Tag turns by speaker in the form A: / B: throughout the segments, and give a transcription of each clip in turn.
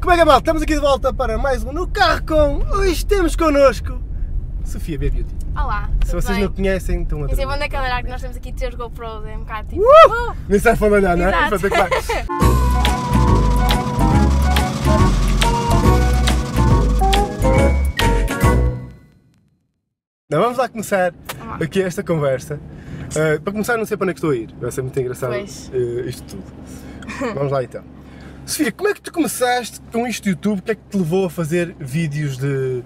A: Como é que é, mal? Estamos aqui de volta para mais um No Carro Com. Hoje temos connosco Sofia B Beauty.
B: Olá,
A: Se
B: tudo
A: vocês
B: bem?
A: não conhecem, estão a
B: Quer dizer,
A: trabalhar.
B: onde é que olhar que nós temos aqui três GoPros, é um bocado tipo...
A: Uh! Nem sai falando olhar, não é?
B: Exato.
A: Espetacular. Não, vamos lá começar
B: Vamos lá.
A: aqui esta conversa. Ah, para começar, não sei para onde é que estou a ir. Vai ser muito engraçado
B: Pois.
A: eh, isto tudo. Vamos lá então. Sofia, como é que tu começaste com isto do YouTube? O que é que te levou a fazer vídeos de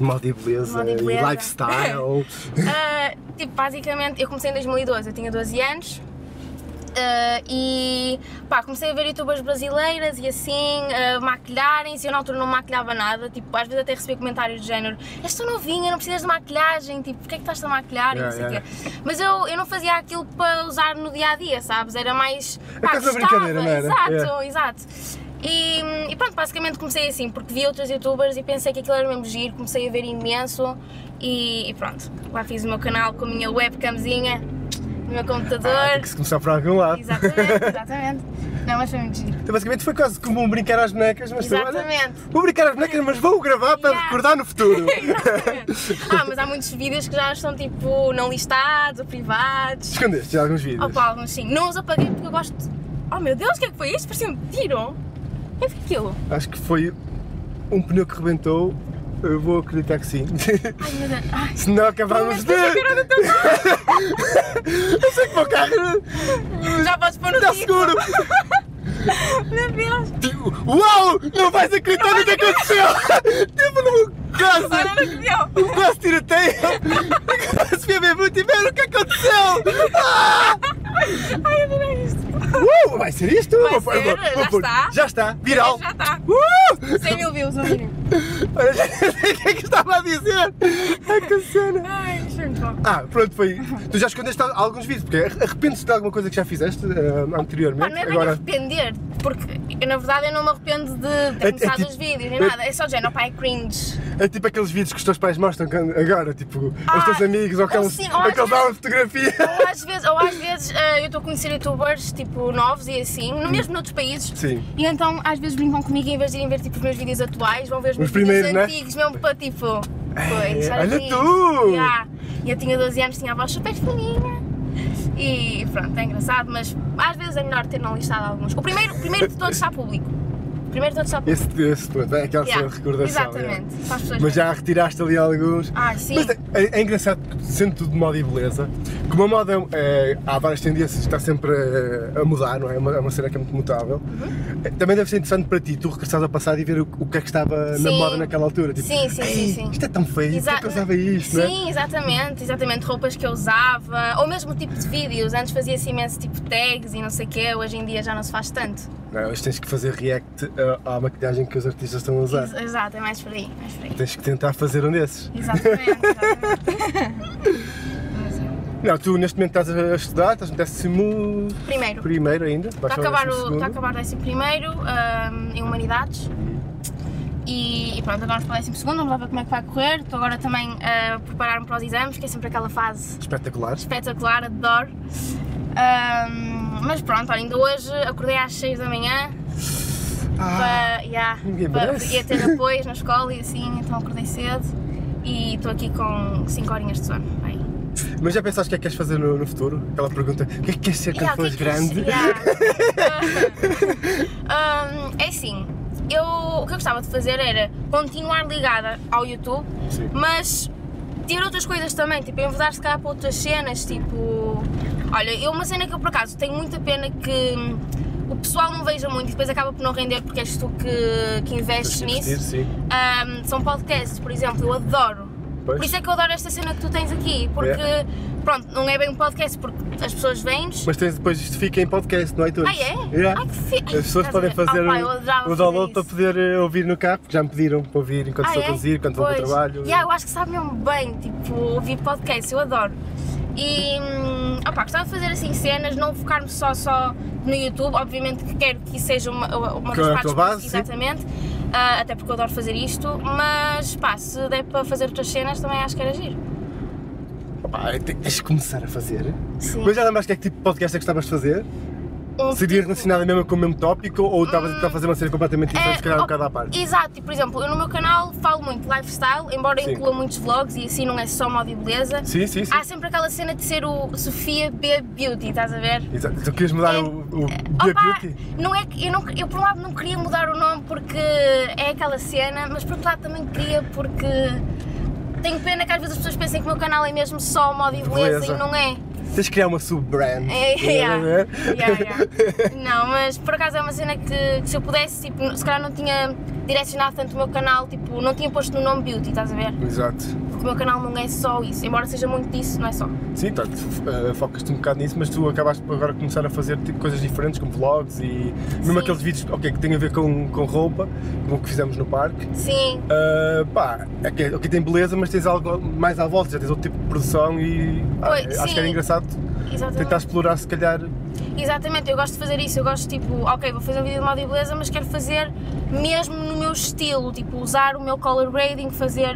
A: moda e beleza,
B: Moda e beleza.
A: e lifestyle?
B: Ah, tipo, basicamente, eu comecei em 2012, eu tinha 12 anos. ah, e pá, comecei a ver youtubers brasileiras e assim, ah, maquilharem-se. Eu na altura não maquilhava nada, tipo, às vezes até recebia comentários do género: És tão novinha, não precisas de maquilhagem, tipo, porquê é que estás a maquilhar? E não
A: Yeah,
B: sei o quê. Mas eu, eu não fazia aquilo para usar no dia a dia, sabes? Era mais. Pá,
A: quase uma
B: gostava,
A: brincadeira, não era?
B: Exato,
A: Yeah.
B: exato. E, e pronto, basicamente comecei assim, porque vi outros youtubers e pensei que aquilo era mesmo giro, comecei a ver imenso e, e pronto, lá fiz o meu canal com a minha webcamzinha no meu computador.
A: Ah, tem que se começar por algum lado.
B: Exatamente, exatamente. Não, mas foi muito giro.
A: Então, basicamente foi quase como um brincar às bonecas, mas tu, olha,
B: Exatamente.
A: vou brincar às bonecas, mas vou gravar para
B: Yeah.
A: recordar no futuro.
B: Exatamente. Ah, mas há muitos vídeos que já estão tipo não listados ou privados.
A: Escondeste um já alguns vídeos.
B: Opa, alguns sim. Não os apaguei porque eu gosto. Oh meu Deus, o que é que foi isto? Parecia um tiro. O que é que foi aquilo?
A: Acho que foi um pneu que rebentou. Eu vou acreditar que sim.
B: Ai meu Deus. Ai,
A: Se não acabámos de.
B: Pelo menos deixa a cara do
A: Eu sei que vou carro
B: já podes pôr no
A: está
B: título.
A: seguro.
B: Meu Deus.
A: Tipo, Uau! Não vais acreditar no que aconteceu! Teve num caso!
B: Olha no que deu.
A: Um quase tiroteio! Se bebê muito e ver o que aconteceu!
B: Ai, adorei isto.
A: Uh, vai ser isto?
B: Vai ser, já
A: pôr-
B: está.
A: Já está, viral!
B: Já está.
A: Uh!
B: 100 mil views no mínimo.
A: Olha, já nem sei o que é que estava a dizer! Ai, que cena!
B: Ai, isto foi muito bom.
A: Ah, pronto, foi. Tu já escondeste al- alguns vídeos, porque ar- arrependes-te de alguma coisa que já fizeste ah,
B: Pá,
A: anteriormente?
B: não é bem arrepender, porque eu, na verdade eu não me arrependo de
A: É- é
B: ter começado
A: tipo-
B: os vídeos nem
A: é-
B: nada. É só o género, pá, é cringe.
A: É tipo aqueles vídeos que os teus pais mostram quando- agora, tipo, aos
B: Ah,
A: teus amigos, ou
B: ou
A: aqueles,
B: sim, ou às
A: aqueles
B: vezes-
A: álbuns de fotografia.
B: Ou às vezes, ou às vezes eh, eu estou a conhecer youtubers tipo novos e assim, no mesmo noutros países.
A: Sim.
B: E então às vezes brincam comigo e em vez de irem ver tipo, os meus vídeos atuais, vão ver os meus
A: primeiros, né? É,
B: vídeos antigos, mesmo para tipo. Pois,
A: olha tu!
B: Yeah. E Eu tinha 12 anos, tinha a voz super fininha. E pronto, é engraçado, mas às vezes é melhor ter não listado alguns. O primeiro, o primeiro de todos está público. O primeiro de todos está público.
A: Esse, esse pronto, é aquela
B: Yeah,
A: sua recordação.
B: Exatamente.
A: yeah.
B: Para as pessoas
A: Mas
B: verem.
A: já retiraste ali alguns.
B: Ai, sim.
A: Mas é, é- é engraçado, porque sendo tudo moda e beleza, como a moda eh, há várias tendências, está sempre eh, a mudar, não é? É uma, é uma cena que é muito mutável.
B: Uhum.
A: Eh, Também deve ser interessante para ti, tu regressares ao passado e ver o, o que é que estava na
B: Sim.
A: moda naquela altura. Tipo,
B: Sim, sim, sim,
A: "Ei,
B: sim.
A: Isto é tão feio, Exa...
B: Exa-
A: que eu usava isto, não é?
B: Sim, exatamente, exatamente, roupas que eu usava, ou mesmo o tipo de vídeos, antes fazia-se imenso tipo tags e não sei o quê, hoje em dia já não se faz tanto.
A: Não, hoje tens que fazer react uh, à, à maquilhagem que os artistas estão a usar.
B: Ex- Exato, é mais por aí, mais por aí.
A: Tens que tentar fazer um desses.
B: Exatamente, exatamente. Mas, é.
A: Não, tu neste momento estás a estudar, estás no décimo
B: Primeiro,
A: primeiro ainda.
B: está a Tá acabar o, está a acabar o décimo primeiro ahm, em Humanidades. E, e pronto, agora vamos para o décimo segundo, vamos lá ver como é que vai correr. Estou agora também ah, a preparar-me para os exames, que é sempre aquela fase
A: Espetacular.
B: espetacular, adoro. Ahm, mas pronto, olha, ainda hoje acordei às 6 da manhã
A: Ah,
B: para, yeah,
A: ninguém
B: para-
A: merece.
B: ia ter apoios na escola e assim, então acordei cedo e estou aqui com 5 horinhas de sono. Bem.
A: mas já pensaste o que é que queres fazer no, no futuro? Aquela pergunta, o que é que queres ser quando
B: Yeah, o
A: fores
B: que é que
A: grande?
B: isso- yeah. Ahm, é assim, eu, o que eu gostava de fazer era continuar ligada ao YouTube,
A: Sim.
B: mas ter outras coisas também, tipo, enverdar se calhar para outras cenas, tipo. Olha, eu uma cena que eu por acaso tenho muita pena que hum, o pessoal não veja muito e depois acaba por não render porque és tu que, que
A: Tens
B: investes
A: que
B: nisso.
A: investir, Sim.
B: Ahm, são podcasts, por exemplo, eu adoro.
A: Pois.
B: Por isso é que eu adoro esta cena que tu tens aqui, porque,
A: Yeah.
B: pronto, não é bem um podcast, porque as pessoas vêm-nos,
A: Mas tens, depois isto fica em podcast, não é?
B: ah, é? Ai, que fi...
A: As pessoas podem fazer
B: oh, pá, eu
A: o-
B: adorava
A: o, download
B: fazer
A: para
B: isso.
A: poder eh, ouvir no carro, porque já me pediram para ouvir enquanto estou
B: Ah,
A: a
B: é?
A: conduzir, enquanto vou para o
B: Pois.
A: trabalho.
B: Yeah, eu acho que sabe mesmo bem, tipo, ouvir podcast, eu adoro. E, hum, opá, gostava de fazer assim cenas, não focar-me só, só no YouTube, obviamente que quero que isso seja uma, uma
A: Que é a
B: das partes,
A: tua base, sim.
B: exatamente, Ah, até porque eu adoro fazer isto, mas pá, se der para fazer outras cenas também acho que era giro.
A: Opa, te- tens que começar a fazer.
B: Sim.
A: é Mas já lembraste que é que tipo de podcast é que gostavas de fazer? Seria
B: um tipo- Hum. É,
A: relacionada mesmo com o mesmo tópico ou estavas a tentar fazer uma série completamente diferente, se calhar um
B: op-
A: bocado à parte?
B: oh, Exato, e por exemplo, eu no meu canal falo muito lifestyle, embora
A: Sim.
B: inclua muitos vlogs e assim não é só moda e ah, beleza.
A: Sim, sim, sim.
B: Há sempre aquela cena de ser o Sofia B Beauty, estás a ver?
A: Exato. Tu querias mudar
B: É-
A: o, o Be a
B: Opa,
A: Beauty?
B: não é que eu, não, eu por um lado não queria mudar o nome porque é aquela cena, mas por outro lado também queria porque tenho pena que às vezes as pessoas pensem que o meu canal é mesmo só moda e beleza,
A: Beleza.
B: e não é.
A: Tens de criar uma sub-brand.
B: É,
A: estás a ver?
B: yeah, yeah. Não, mas por acaso é uma cena que, que se eu pudesse, tipo, se calhar não tinha direcionado tanto o meu canal, tipo, não tinha posto no nome Beauty, estás a ver?
A: Exato.
B: Porque o meu canal não é só isso, embora seja muito disso, não é só.
A: Sim, tá, tu eh, focas-te um bocado nisso, mas tu acabaste por agora começar a fazer tipo, coisas diferentes, como vlogs e mesmo
B: Sim.
A: aqueles vídeos ok, que têm a ver com, com roupa, como o que fizemos no parque.
B: Sim,
A: Ah, pá, aqui, aqui tem beleza, mas tens algo mais à volta, já tens outro tipo de produção e ah,
B: Pois,
A: acho que era
B: sim.
A: engraçado
B: exatamente.
A: tentar explorar se calhar.
B: Exatamente, eu gosto de fazer isso. Eu gosto, tipo, ok, vou fazer um vídeo de moda e beleza, mas quero fazer mesmo no meu estilo, tipo, usar o meu color grading, fazer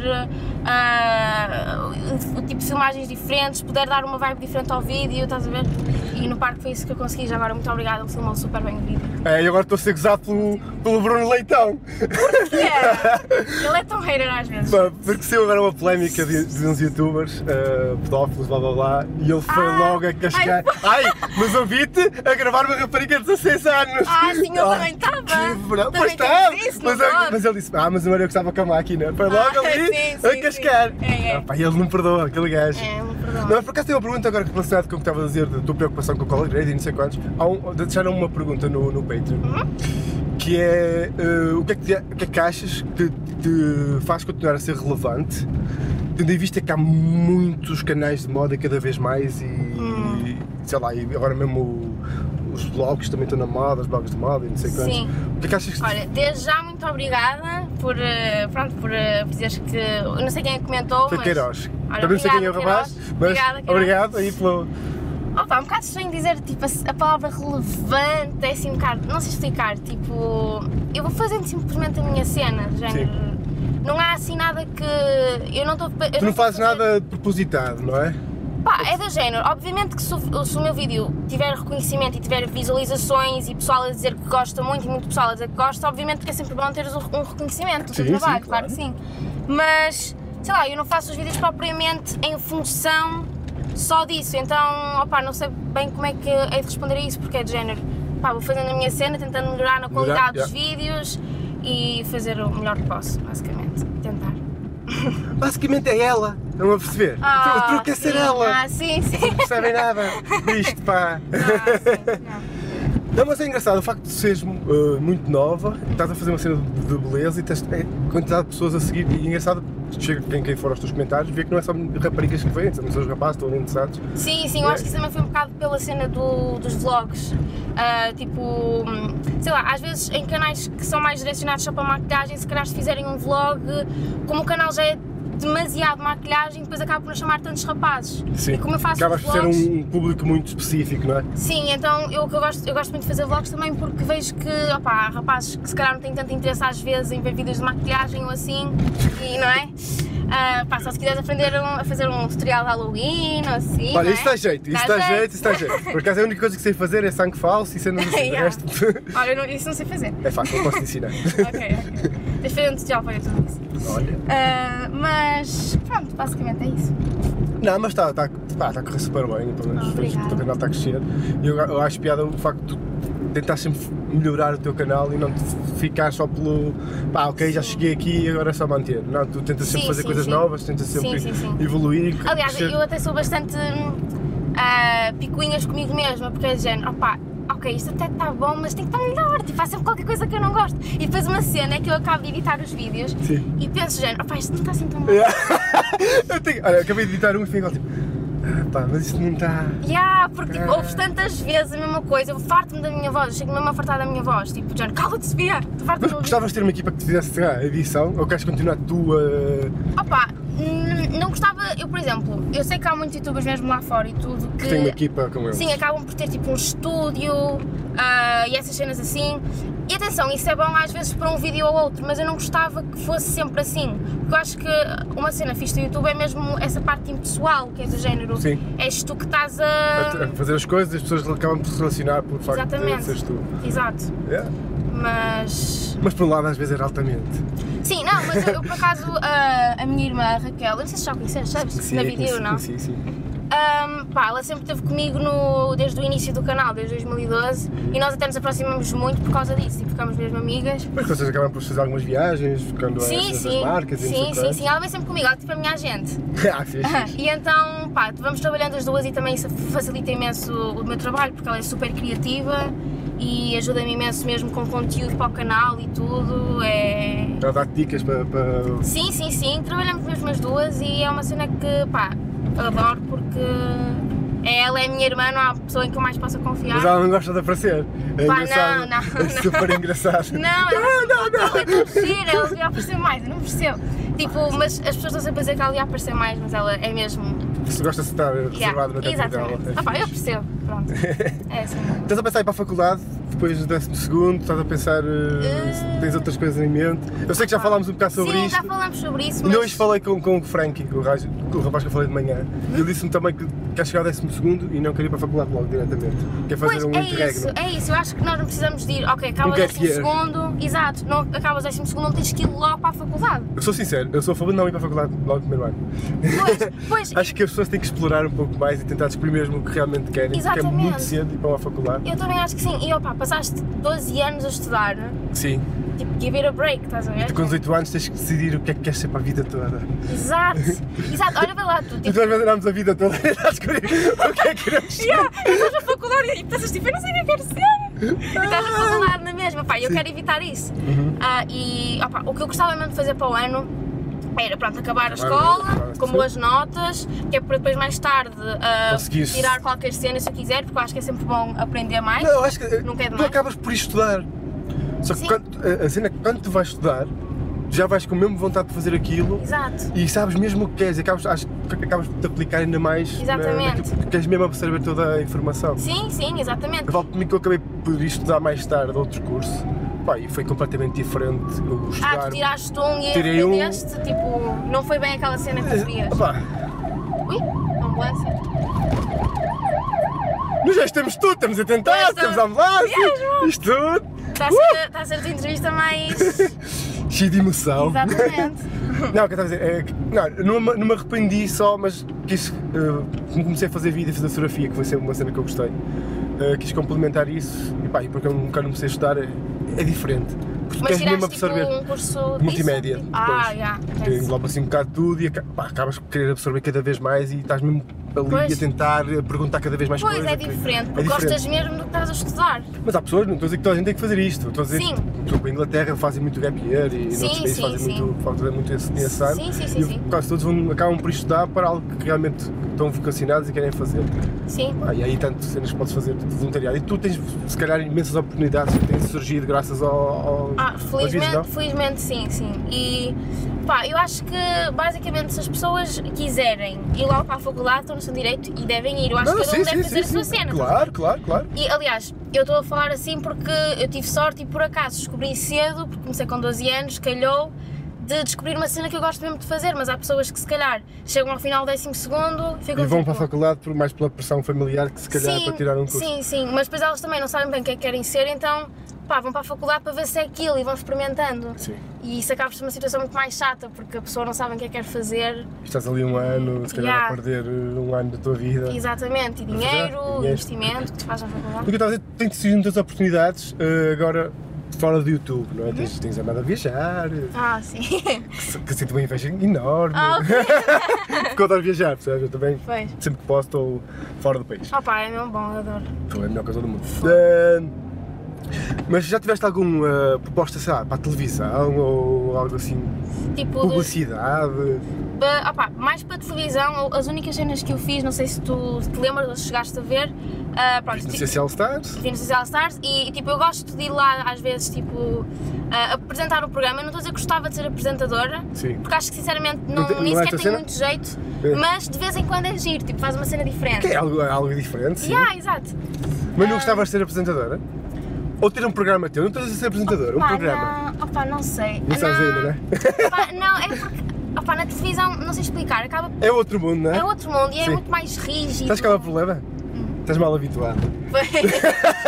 B: ah, ah, tipo filmagens diferentes, poder dar uma vibe diferente ao vídeo, estás a ver? E no parque foi isso que eu consegui. Já agora, muito obrigada, ele filmou super bem o vídeo.
A: Eh, e agora estou a ser gozado pelo, pelo Bruno Leitão.
B: É, ele é tão hater às vezes.
A: Pá, Porque saiu agora uma polémica de, de uns youtubers, eh, pedófilos, blá blá blá, e ele foi
B: Ah,
A: logo a cascar. Ai, mas ouvi-te a gravar uma rapariga de 16 anos!
B: Ah, sim, eu
A: Ai,
B: também estava.
A: que bra-
B: Também
A: Pois
B: temos
A: estava!
B: isso, não
A: Mas, eu-
B: pode.
A: mas ele disse: Ah, mas o Maria gostava com a máquina. Foi logo
B: Ah,
A: ali
B: sim, sim,
A: a cascar.
B: sim. É, é.
A: Ah, pá, ele não perdoa, aquele gajo.
B: É, me
A: Não,
B: perdoa.
A: mas por acaso tem uma pergunta agora que relacionada com o que estava a dizer da tua preocupação com o color grade e não sei quantos. Há um, deixaram uma pergunta no, no Patreon
B: Uhum.
A: que é eh, o, que é que te- o que é que achas que te faz continuar a ser relevante, tendo em vista que há muitos canais de moda cada vez mais e,
B: Uhum.
A: sei lá, e agora mesmo o- os blogs também estão na moda, os blogs de moda e não sei quantos.
B: Sim.
A: O que é que achas que te-
B: Olha, desde já muito obrigada por, eh, pronto, por, eh, por dizeres que. Eu não sei quem é que comentou,
A: foi
B: mas.
A: Queiroz? Também não sei quem é o
B: obrigada,
A: rapaz,
B: Queiroz.
A: mas
B: Obrigada, Queiroz.
A: obrigado aí pelo.
B: Opa, é um bocado estranho dizer tipo, a, a palavra relevante, é assim um bocado. Não sei explicar, tipo. Eu vou fazendo simplesmente a minha cena, do género. Não há assim nada que. Eu não estou.
A: Tu não fazes nada de propositado, não é?
B: Pá, é do género. Obviamente que se o, se o meu vídeo tiver reconhecimento e tiver visualizações e pessoal a dizer que gosta muito e muito pessoal a dizer que gosta, obviamente que é sempre bom teres um um reconhecimento do teu
A: Sim, sim,
B: trabalho,
A: claro.
B: claro. que sim. Mas, sei lá, eu não faço os vídeos propriamente em função só disso. Então, opá, não sei bem como é que hei de responder a isso, porque é do género. Pá, vou fazendo a minha cena, tentando melhorar na qualidade dos vídeos e fazer o melhor que posso, basicamente. Tentar.
A: Basicamente é ela, não a perceber? O tru- o truque é ser
B: Ah, sim.
A: ela,
B: Ah, sim, sim.
A: não percebem nada disto, pá.
B: Ah, sim, não.
A: Não, mas é engraçado o facto de seres uh, muito nova, estás a fazer uma cena de, de beleza e tens é, quantidade de pessoas a seguir. E engraçado, chega quem, quem for aos teus comentários, vê que não é só raparigas que vêm, são os rapazes, estão ali interessados.
B: Sim, sim, eu acho que isso também foi um bocado pela cena do- dos vlogs. Ah, tipo, hum, sei lá, às vezes em canais que são mais direcionados só para maquilhagem, se calhar se fizerem um vlog, como o canal já é demasiado maquilhagem, depois acaba por não chamar tantos rapazes.
A: Sim,
B: E como eu faço
A: acabas
B: os
A: por ser
B: vlogs-
A: um público muito específico, não é?
B: Sim, então eu, que eu, gosto, eu gosto muito de fazer vlogs também porque vejo que, opá, há rapazes que se calhar não têm tanto interesse às vezes em ver vídeos de maquilhagem ou assim, e não é? Ah, pá, só se quiseres aprender um- a fazer um tutorial de Halloween ou assim.
A: Olha,
B: não
A: isso
B: é?
A: dá jeito, isso dá jeito, isso dá jeito. Por acaso a única coisa que sei fazer é sangue falso e cenas assim, o
B: Yeah.
A: resto
B: Olha, Ah, eu não- isso não sei fazer.
A: é fácil, eu posso te ensinar.
B: Ok, ok. Tens de fazer um tutorial para tudo isso.
A: Olha.
B: Ah, mas pronto, basicamente é isso.
A: Não, mas está tá, pá, tá a correr super bem, pelo menos
B: Ah,
A: vejo que o teu
B: obrigada.
A: canal está a crescer. E eu, eu acho piada o facto de tu tentar sempre melhorar o teu canal e não te ficar só pelo pá, ok, já
B: Sim.
A: cheguei aqui e agora é só manter. Não, tu tentas sempre
B: Sim,
A: fazer
B: sim,
A: coisas
B: sim.
A: novas, tentas sempre
B: Sim, sim, sim.
A: evoluir.
B: Aliás,
A: crescer.
B: eu até sou bastante hum, ah, picuinhas comigo mesma, porque é de género, opá, ok, isto até está bom, mas tem que estar melhor, tipo, há sempre qualquer coisa que eu não gosto. E depois uma cena é que eu acabo de editar os vídeos
A: Sim.
B: e penso, de género, opá, isto não está assim tão bom.
A: Yeah. eu tenho, olha, acabei de editar um e fico tipo, ah, pá, mas isto não tá-" está.
B: Yeah, porque
A: Ah.
B: tipo, ouves tantas vezes a mesma coisa, eu farto-me da minha voz, eu chego mesmo a fartar da minha voz, tipo, John, cala-te, Sofia, tu farto-me
A: Mas
B: de ouvir.
A: gostavas de ter uma equipa que te fizesse sei lá, a edição ou queres continuar tu a.
B: Opa, n- não gostava, eu por exemplo, eu sei que há muitos youtubers mesmo lá fora e tudo que.
A: que tem uma equipa com eu?
B: Sim, acabam por ter tipo um estúdio ah, e essas cenas assim. E atenção, isso é bom às vezes para um vídeo ou outro, mas eu não gostava que fosse sempre assim. Porque eu acho que uma cena fixe do YouTube é mesmo essa parte impessoal, que é do género.
A: Sim.
B: És tu que estás a.
A: A fazer as coisas e as pessoas acabam por se relacionar pelo facto de
B: Exatamente.
A: seres tu.
B: Exato.
A: Yeah.
B: Mas.
A: Mas por um lado às vezes era altamente.
B: Sim, não, mas eu, eu, por acaso a, a minha irmã a Raquel, eu não sei se já a conheceste, sabes?
A: Sim,
B: na
A: eu
B: vídeo,
A: conheci-
B: não?
A: conheci, sim.
B: Ahm, pá, ela sempre esteve comigo no- desde o início do canal, desde 2012, e nós até nos aproximamos muito por causa disso e ficamos mesmo amigas.
A: Mas vocês acabaram por fazer algumas viagens, ficando às
B: sim,
A: vezes
B: sim.
A: às marcas e não sei
B: sim, sim,
A: quantos.
B: sim, ela vem sempre comigo, ela é tipo a minha agente.
A: ah, fixe, fixe.
B: E então, pá, vamos trabalhando as duas e também isso facilita imenso o meu trabalho, porque ela é super criativa e ajuda-me imenso mesmo com conteúdo para o canal e tudo. É...
A: Ela dá dicas para, para...
B: Sim, sim, sim, trabalhamos mesmo as duas e é uma cena que, pá, adoro porque ela é a minha irmã, não há pessoa em que eu mais possa confiar.
A: Mas ela não gosta de aparecer. É
B: Pá,
A: engraçado.
B: não, não,
A: é super engraçado.
B: Não,
A: não, não, não.
B: Ela é tão gira, ela devia aparecer mais, eu não percebo. Tipo, mas as pessoas estão sempre a dizer que ela ia aparecer mais, mas ela é mesmo.
A: Você gosta de estar reservado
B: Yeah,
A: na tempo dela.
B: exatamente.
A: É
B: Ah, pá, eu
A: fixe.
B: percebo, pronto. É assim.
A: Estás a pensar em ir para a faculdade, depois do 12 segundo, estás a pensar eh, se tens outras coisas em mente. Eu sei que já falámos um bocado sobre
B: Sim,
A: isto.
B: já falámos sobre isso, mas.
A: Ainda hoje falei com, com o Frankie, com o, rapaz, com o rapaz que eu falei de manhã, e ele disse-me também que quer chegar ao 12 segundo e não quer ir para a faculdade logo diretamente. Quer fazer
B: Pois,
A: um
B: é
A: interregno.
B: isso, é isso. Eu acho que nós não precisamos de ir. Ok,
A: Um
B: acabas
A: gap
B: décimo
A: year.
B: segundo. Exato, não acabas décimo segundo, não tens que ir logo para a faculdade.
A: Eu sou sincero, eu sou a favor de não ir para a faculdade logo no primeiro ano.
B: Pois, pois.
A: Acho que as pessoas têm que explorar um pouco mais e tentar descobrir mesmo o que realmente querem, porque é
B: Exatamente.
A: muito cedo ir para uma faculdade.
B: Eu também acho que sim. E opá, passaste 12 anos a estudar,
A: Sim.
B: tipo, give it a break, estás a ver?
A: Tu com 18 anos tens que decidir o que é que queres ser para a vida toda.
B: Exato, exato. Olha, vai lá, tu,
A: E
B: tipo,
A: nós andámos a vida toda a descobrir o que é que queremos ser.
B: Yeah, e estás na faculdade e pensas tipo, eu não sei o que eu quero ser. E estás na faculdade na mesma, pá,
A: Ah.
B: eu
A: Sim. Uhum.
B: quero evitar isso. Ah, e opá, o que eu gostava mesmo de fazer para o ano era, pronto, acabar a
A: Acabar,
B: escola,
A: acabar,
B: com
A: sim.
B: boas notas, que é para depois mais tarde ah,
A: Conseguires.
B: tirar qualquer cena se eu quiser, porque eu acho que é sempre bom aprender mais.
A: Não, acho que eh,
B: Nunca é
A: tu
B: demais.
A: acabas por ir estudar. Só que
B: Sim.
A: quando, a- a cena é que quando tu vais estudar, já vais com a mesma vontade de fazer aquilo
B: Exato.
A: e sabes mesmo o que queres. e Acabas, acho que acabas por te aplicar ainda mais. na-
B: Exatamente.
A: naquilo, porque queres mesmo absorver toda a informação.
B: Sim, sim, exatamente.
A: Eu falo por mim que eu acabei por ir estudar mais tarde outro curso. Pá, e foi completamente diferente o
B: Ah,
A: estudar.
B: tu tiraste um e
A: Tirei um.
B: aprendeste, tipo, não foi bem aquela cena que tu
A: Eh,
B: querias.
A: opá,
B: Ui, ambulância.
A: nós já estamos tudo, estamos a tentar,
B: Nós
A: estamos
B: estamos-
A: a ambulância,
B: Mesmo.
A: isto tudo,
B: Está Tá a ser, está a ser a tua entrevista mais.
A: cheio de emoção.
B: Exatamente.
A: Não, o que eu estava a dizer é que não, não, me- não me arrependi só, mas quis. eh, como comecei a fazer vídeo e fazer fotografia, que foi sempre uma cena que eu gostei, eh, quis complementar isso e pá, e porque eu nunca comecei a estudar, é, é diferente. Porque tu
B: Mas
A: queres mesmo
B: tiraste tipo
A: absorver.
B: um curso disso?
A: multimédia,
B: Ah,
A: depois.
B: já.
A: que engloba assim um bocado tudo e aca- pá, acabas por querer absorver cada vez mais e estás mesmo ali
B: Pois.
A: a tentar a perguntar cada vez mais
B: Pois
A: coisas.
B: é
A: que-
B: diferente,
A: é
B: porque gostas mesmo do que estás a estudar.
A: Mas há pessoas, não estou a dizer que toda a gente tem que fazer isto. Estou a dizer
B: Sim.
A: que por exemplo, a Inglaterra fazem muito gap year e
B: Sim,
A: noutros países
B: sim,
A: fazem
B: sim.
A: muito, fazem muito esse, esse ano.
B: Sim, sim, sim,
A: E
B: sim.
A: quase todos vão, acabam por estudar para algo que realmente estão vocacionados e querem fazer.
B: Sim.
A: Ah, e aí tantas cenas que podes fazer de voluntariado. E tu tens, se calhar, imensas oportunidades que têm surgido graças ao. ao
B: Ah,
A: ao vídeo,
B: felizmente, felizmente sim, sim. E pá, eu acho que basicamente se as pessoas quiserem ir logo para a faculdade, estão no seu direito e devem ir. Eu acho
A: não?
B: que
A: Não,
B: cada um
A: sim,
B: deve
A: sim,
B: fazer
A: sim,
B: a sua
A: sim.
B: cena.
A: Claro, claro, claro.
B: E aliás, eu estou a falar assim porque eu tive sorte e por acaso descobri cedo, porque comecei com 12 anos, calhou, de descobrir uma cena que eu gosto mesmo de fazer, mas há pessoas que se calhar chegam ao final do décimo segundo, ficam
A: E vão
B: tipo,
A: para a faculdade por mais pela pressão familiar que se calhar
B: sim,
A: para tirar um curso.
B: Sim, sim, mas depois elas também não sabem bem o que é que querem ser, então pá, vão para a faculdade para ver se é aquilo e vão experimentando.
A: Sim.
B: E isso acaba por ser uma situação muito mais chata, porque a pessoa não sabe o que é que quer fazer
A: Estás ali um ano, se calhar a
B: Yeah.
A: perder eh, um ano da tua vida.
B: exatamente, e
A: fazer
B: dinheiro,
A: dinheiro.
B: investimento que se faz na
A: Porque
B: faculdade.
A: eu estava a dizer, tem surgido muitas oportunidades eh, agora fora do YouTube,
B: Uhum.
A: não é? Tens, tens andado a viajar, eh,
B: Ah, sim.
A: que, se- que sinto uma inveja enorme.
B: Ah,
A: Porque eu adoro viajar, percebes? Eu também,
B: Pois.
A: sempre que posso, estou fora do país.
B: Opa, é mesmo bom, eu adoro.
A: Então é a melhor coisa do mundo. Eh, mas já tiveste alguma eh, proposta, sei lá, para a televisão ou algo assim?
B: Tipo, dos-
A: Publicidade?
B: Pa- opá, mais para televisão, as únicas cenas que eu fiz, não sei se tu te lembras ou se chegaste a ver, ah, pronto,
A: Não
B: ti-
A: sei se é All Stars?
B: vi no Social Stars e tipo, eu gosto de ir lá às vezes tipo, ah, apresentar o programa. Eu não estou a dizer que gostava de ser apresentadora,
A: Sim.
B: porque acho que sinceramente não,
A: te-
B: nem
A: não é a tua
B: sequer tenho
A: cena?
B: muito jeito,
A: É.
B: mas de vez em quando é giro, tipo, faz uma cena diferente.
A: Que é algo, algo diferente, sim.
B: Yeah, exato.
A: Mas não gostavas de ser apresentadora? Ou ter um programa teu, não estás a ser apresentador, um
B: Pá,
A: programa.
B: Não, opá, não sei.
A: Não sabes ainda, né?
B: Opá, não, é porque opá, na televisão, não sei explicar, acaba
A: É outro mundo, não é?
B: é outro mundo e é
A: Sim.
B: muito mais rígido.
A: Sabes qual é o problema? Estás mal habituado.
B: Foi,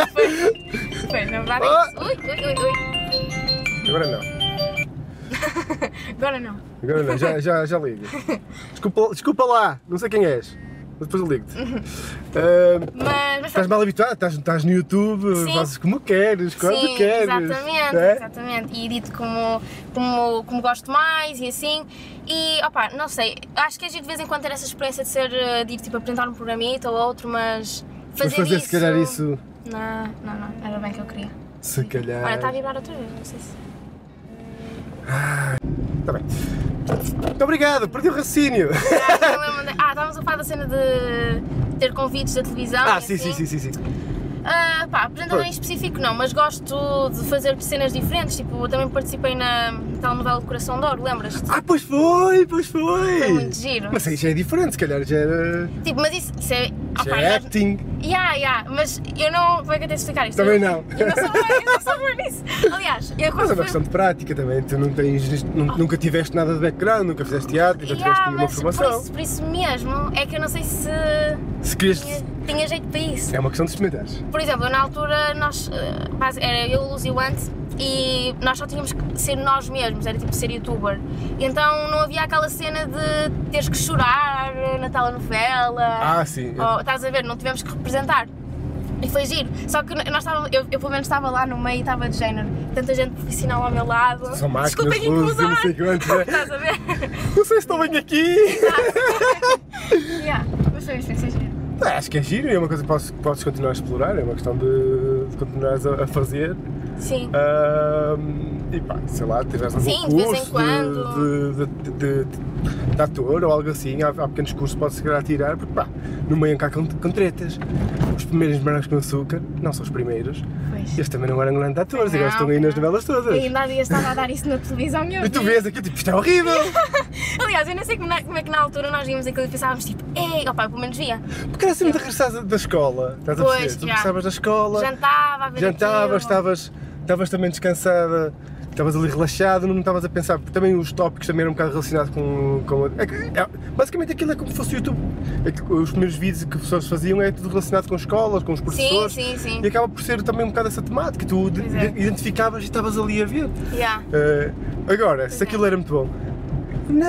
B: foi, foi, na verdade
A: Ah!
B: é isso. Ui, ui, ui, ui.
A: Agora não.
B: Agora não.
A: Agora não, já, já, já ligo. Desculpa, desculpa lá, não sei quem és. Mas depois eu ligo-te. Ahm,
B: Mas, mas
A: Estás mal habituado, estás, estás no YouTube,
B: Sim.
A: fazes como queres, quando
B: Sim,
A: queres.
B: exatamente,
A: né?
B: exatamente. E edito como, como, como gosto mais e assim. E opa, não sei, acho que a gente de vez em quando ter essa experiência de ser eh, de ir tipo apresentar um programita ou outro, mas
A: Mas
B: fazer,
A: fazer
B: isso.
A: se calhar isso. É.
B: Não, não, não, era bem que eu queria.
A: Se calhar.
B: Olha, tá está a vibrar outra vez, não sei se.
A: Tá bem. Muito obrigado, perdi o raciocínio.
B: Ah, eu lembro de- ah, estávamos a falar da cena de ter convites da televisão.
A: Ah,
B: e
A: sim, sim,
B: assim.
A: sim, sim. sim.
B: Ah, pá, apresentador
A: Pois.
B: em específico não, mas gosto de fazer cenas diferentes. Tipo, eu também participei na tal novela de Coração de Ouro, lembras-te?
A: Ah, pois foi, pois foi.
B: Foi muito giro.
A: Mas aí já é diferente, se calhar já era.
B: Tipo, mas isso, isso é.
A: Já
B: Opa,
A: é
B: nós-
A: acting.
B: Yeah, yeah, mas eu não. Como é que eu tenho de explicar isto?
A: Também
B: Eu-
A: não.
B: Eu não sou boa, eu não sou boa nisso. Aliás, eu
A: Mas é
B: quando
A: uma
B: fui.
A: questão de prática também. Tu não tens, nu- nunca tiveste nada de background, nunca fizeste teatro, nunca tiveste
B: Yeah,
A: nenhuma
B: mas por
A: formação.
B: isso, por isso mesmo é que eu não sei se
A: Se queres.
B: tinha, tinha jeito para isso.
A: É uma questão de experimentares.
B: Por exemplo, eu, na altura nós. eh, base- Era eu, Luz e o Ant e nós só tínhamos que ser nós mesmos, era tipo ser youtuber. Então não havia aquela cena de teres que chorar na telenovela.
A: Ah, sim.
B: ou, estás a ver? Não tivemos que representar. E foi giro. Só que nós estávamos, eu, eu pelo menos estava lá no meio e estava de género. Tanta gente profissional ao meu lado.
A: São máquinas,
B: Desculpem
A: luzes, e não
B: incomodar.
A: sei quantos. né?
B: Estás a ver?
A: Não sei se estão bem aqui.
B: yeah. Mas foi uma experiência gira.
A: Pá, Acho que é giro, é uma coisa que posso- que podes continuar a explorar, é uma questão de, de continuares a, a fazer.
B: Sim.
A: Ahm, e pá, sei lá, tiveres algum
B: Sim, de vez em
A: curso
B: quando.
A: de, de, de- de- de ator ou algo assim, há, há pequenos cursos que podes chegar a tirar, porque pá, no meio cá com, com tretas. Os primeiros morangos com açúcar, não são os primeiros,
B: Pois.
A: eles também não eram grandes atores, agora
B: Não,
A: estão aí nas
B: não.
A: novelas todas.
B: E ainda havia estava a dar isso na televisão meu
A: E tu
B: Deus.
A: vês aqui, tipo, isto é horrível!
B: Aliás, eu não sei como, na- como é que na altura nós víamos aquilo e pensávamos tipo, ei, opa, pelo menos via.
A: Porque era assim muito regressares da escola, estás a
B: Pois,
A: perceber? Tu
B: já.
A: regressavas da escola,
B: Jantava, a ver aquilo.
A: jantavas, estavas, estavas também descansada, estavas ali relaxado, não estavas a pensar, porque também os tópicos também eram um bocado relacionados com. com é que- é- basicamente aquilo é como se fosse o YouTube. É que os primeiros vídeos que os professores faziam é tudo relacionado com escolas, com os
B: Sim,
A: professores.
B: sim, sim.
A: E acaba por ser também um bocado essa temática, tu de-
B: Pois é.
A: identificavas e estavas ali a ver.
B: Yeah.
A: Eh, agora, se
B: é.
A: aquilo era muito bom. Não!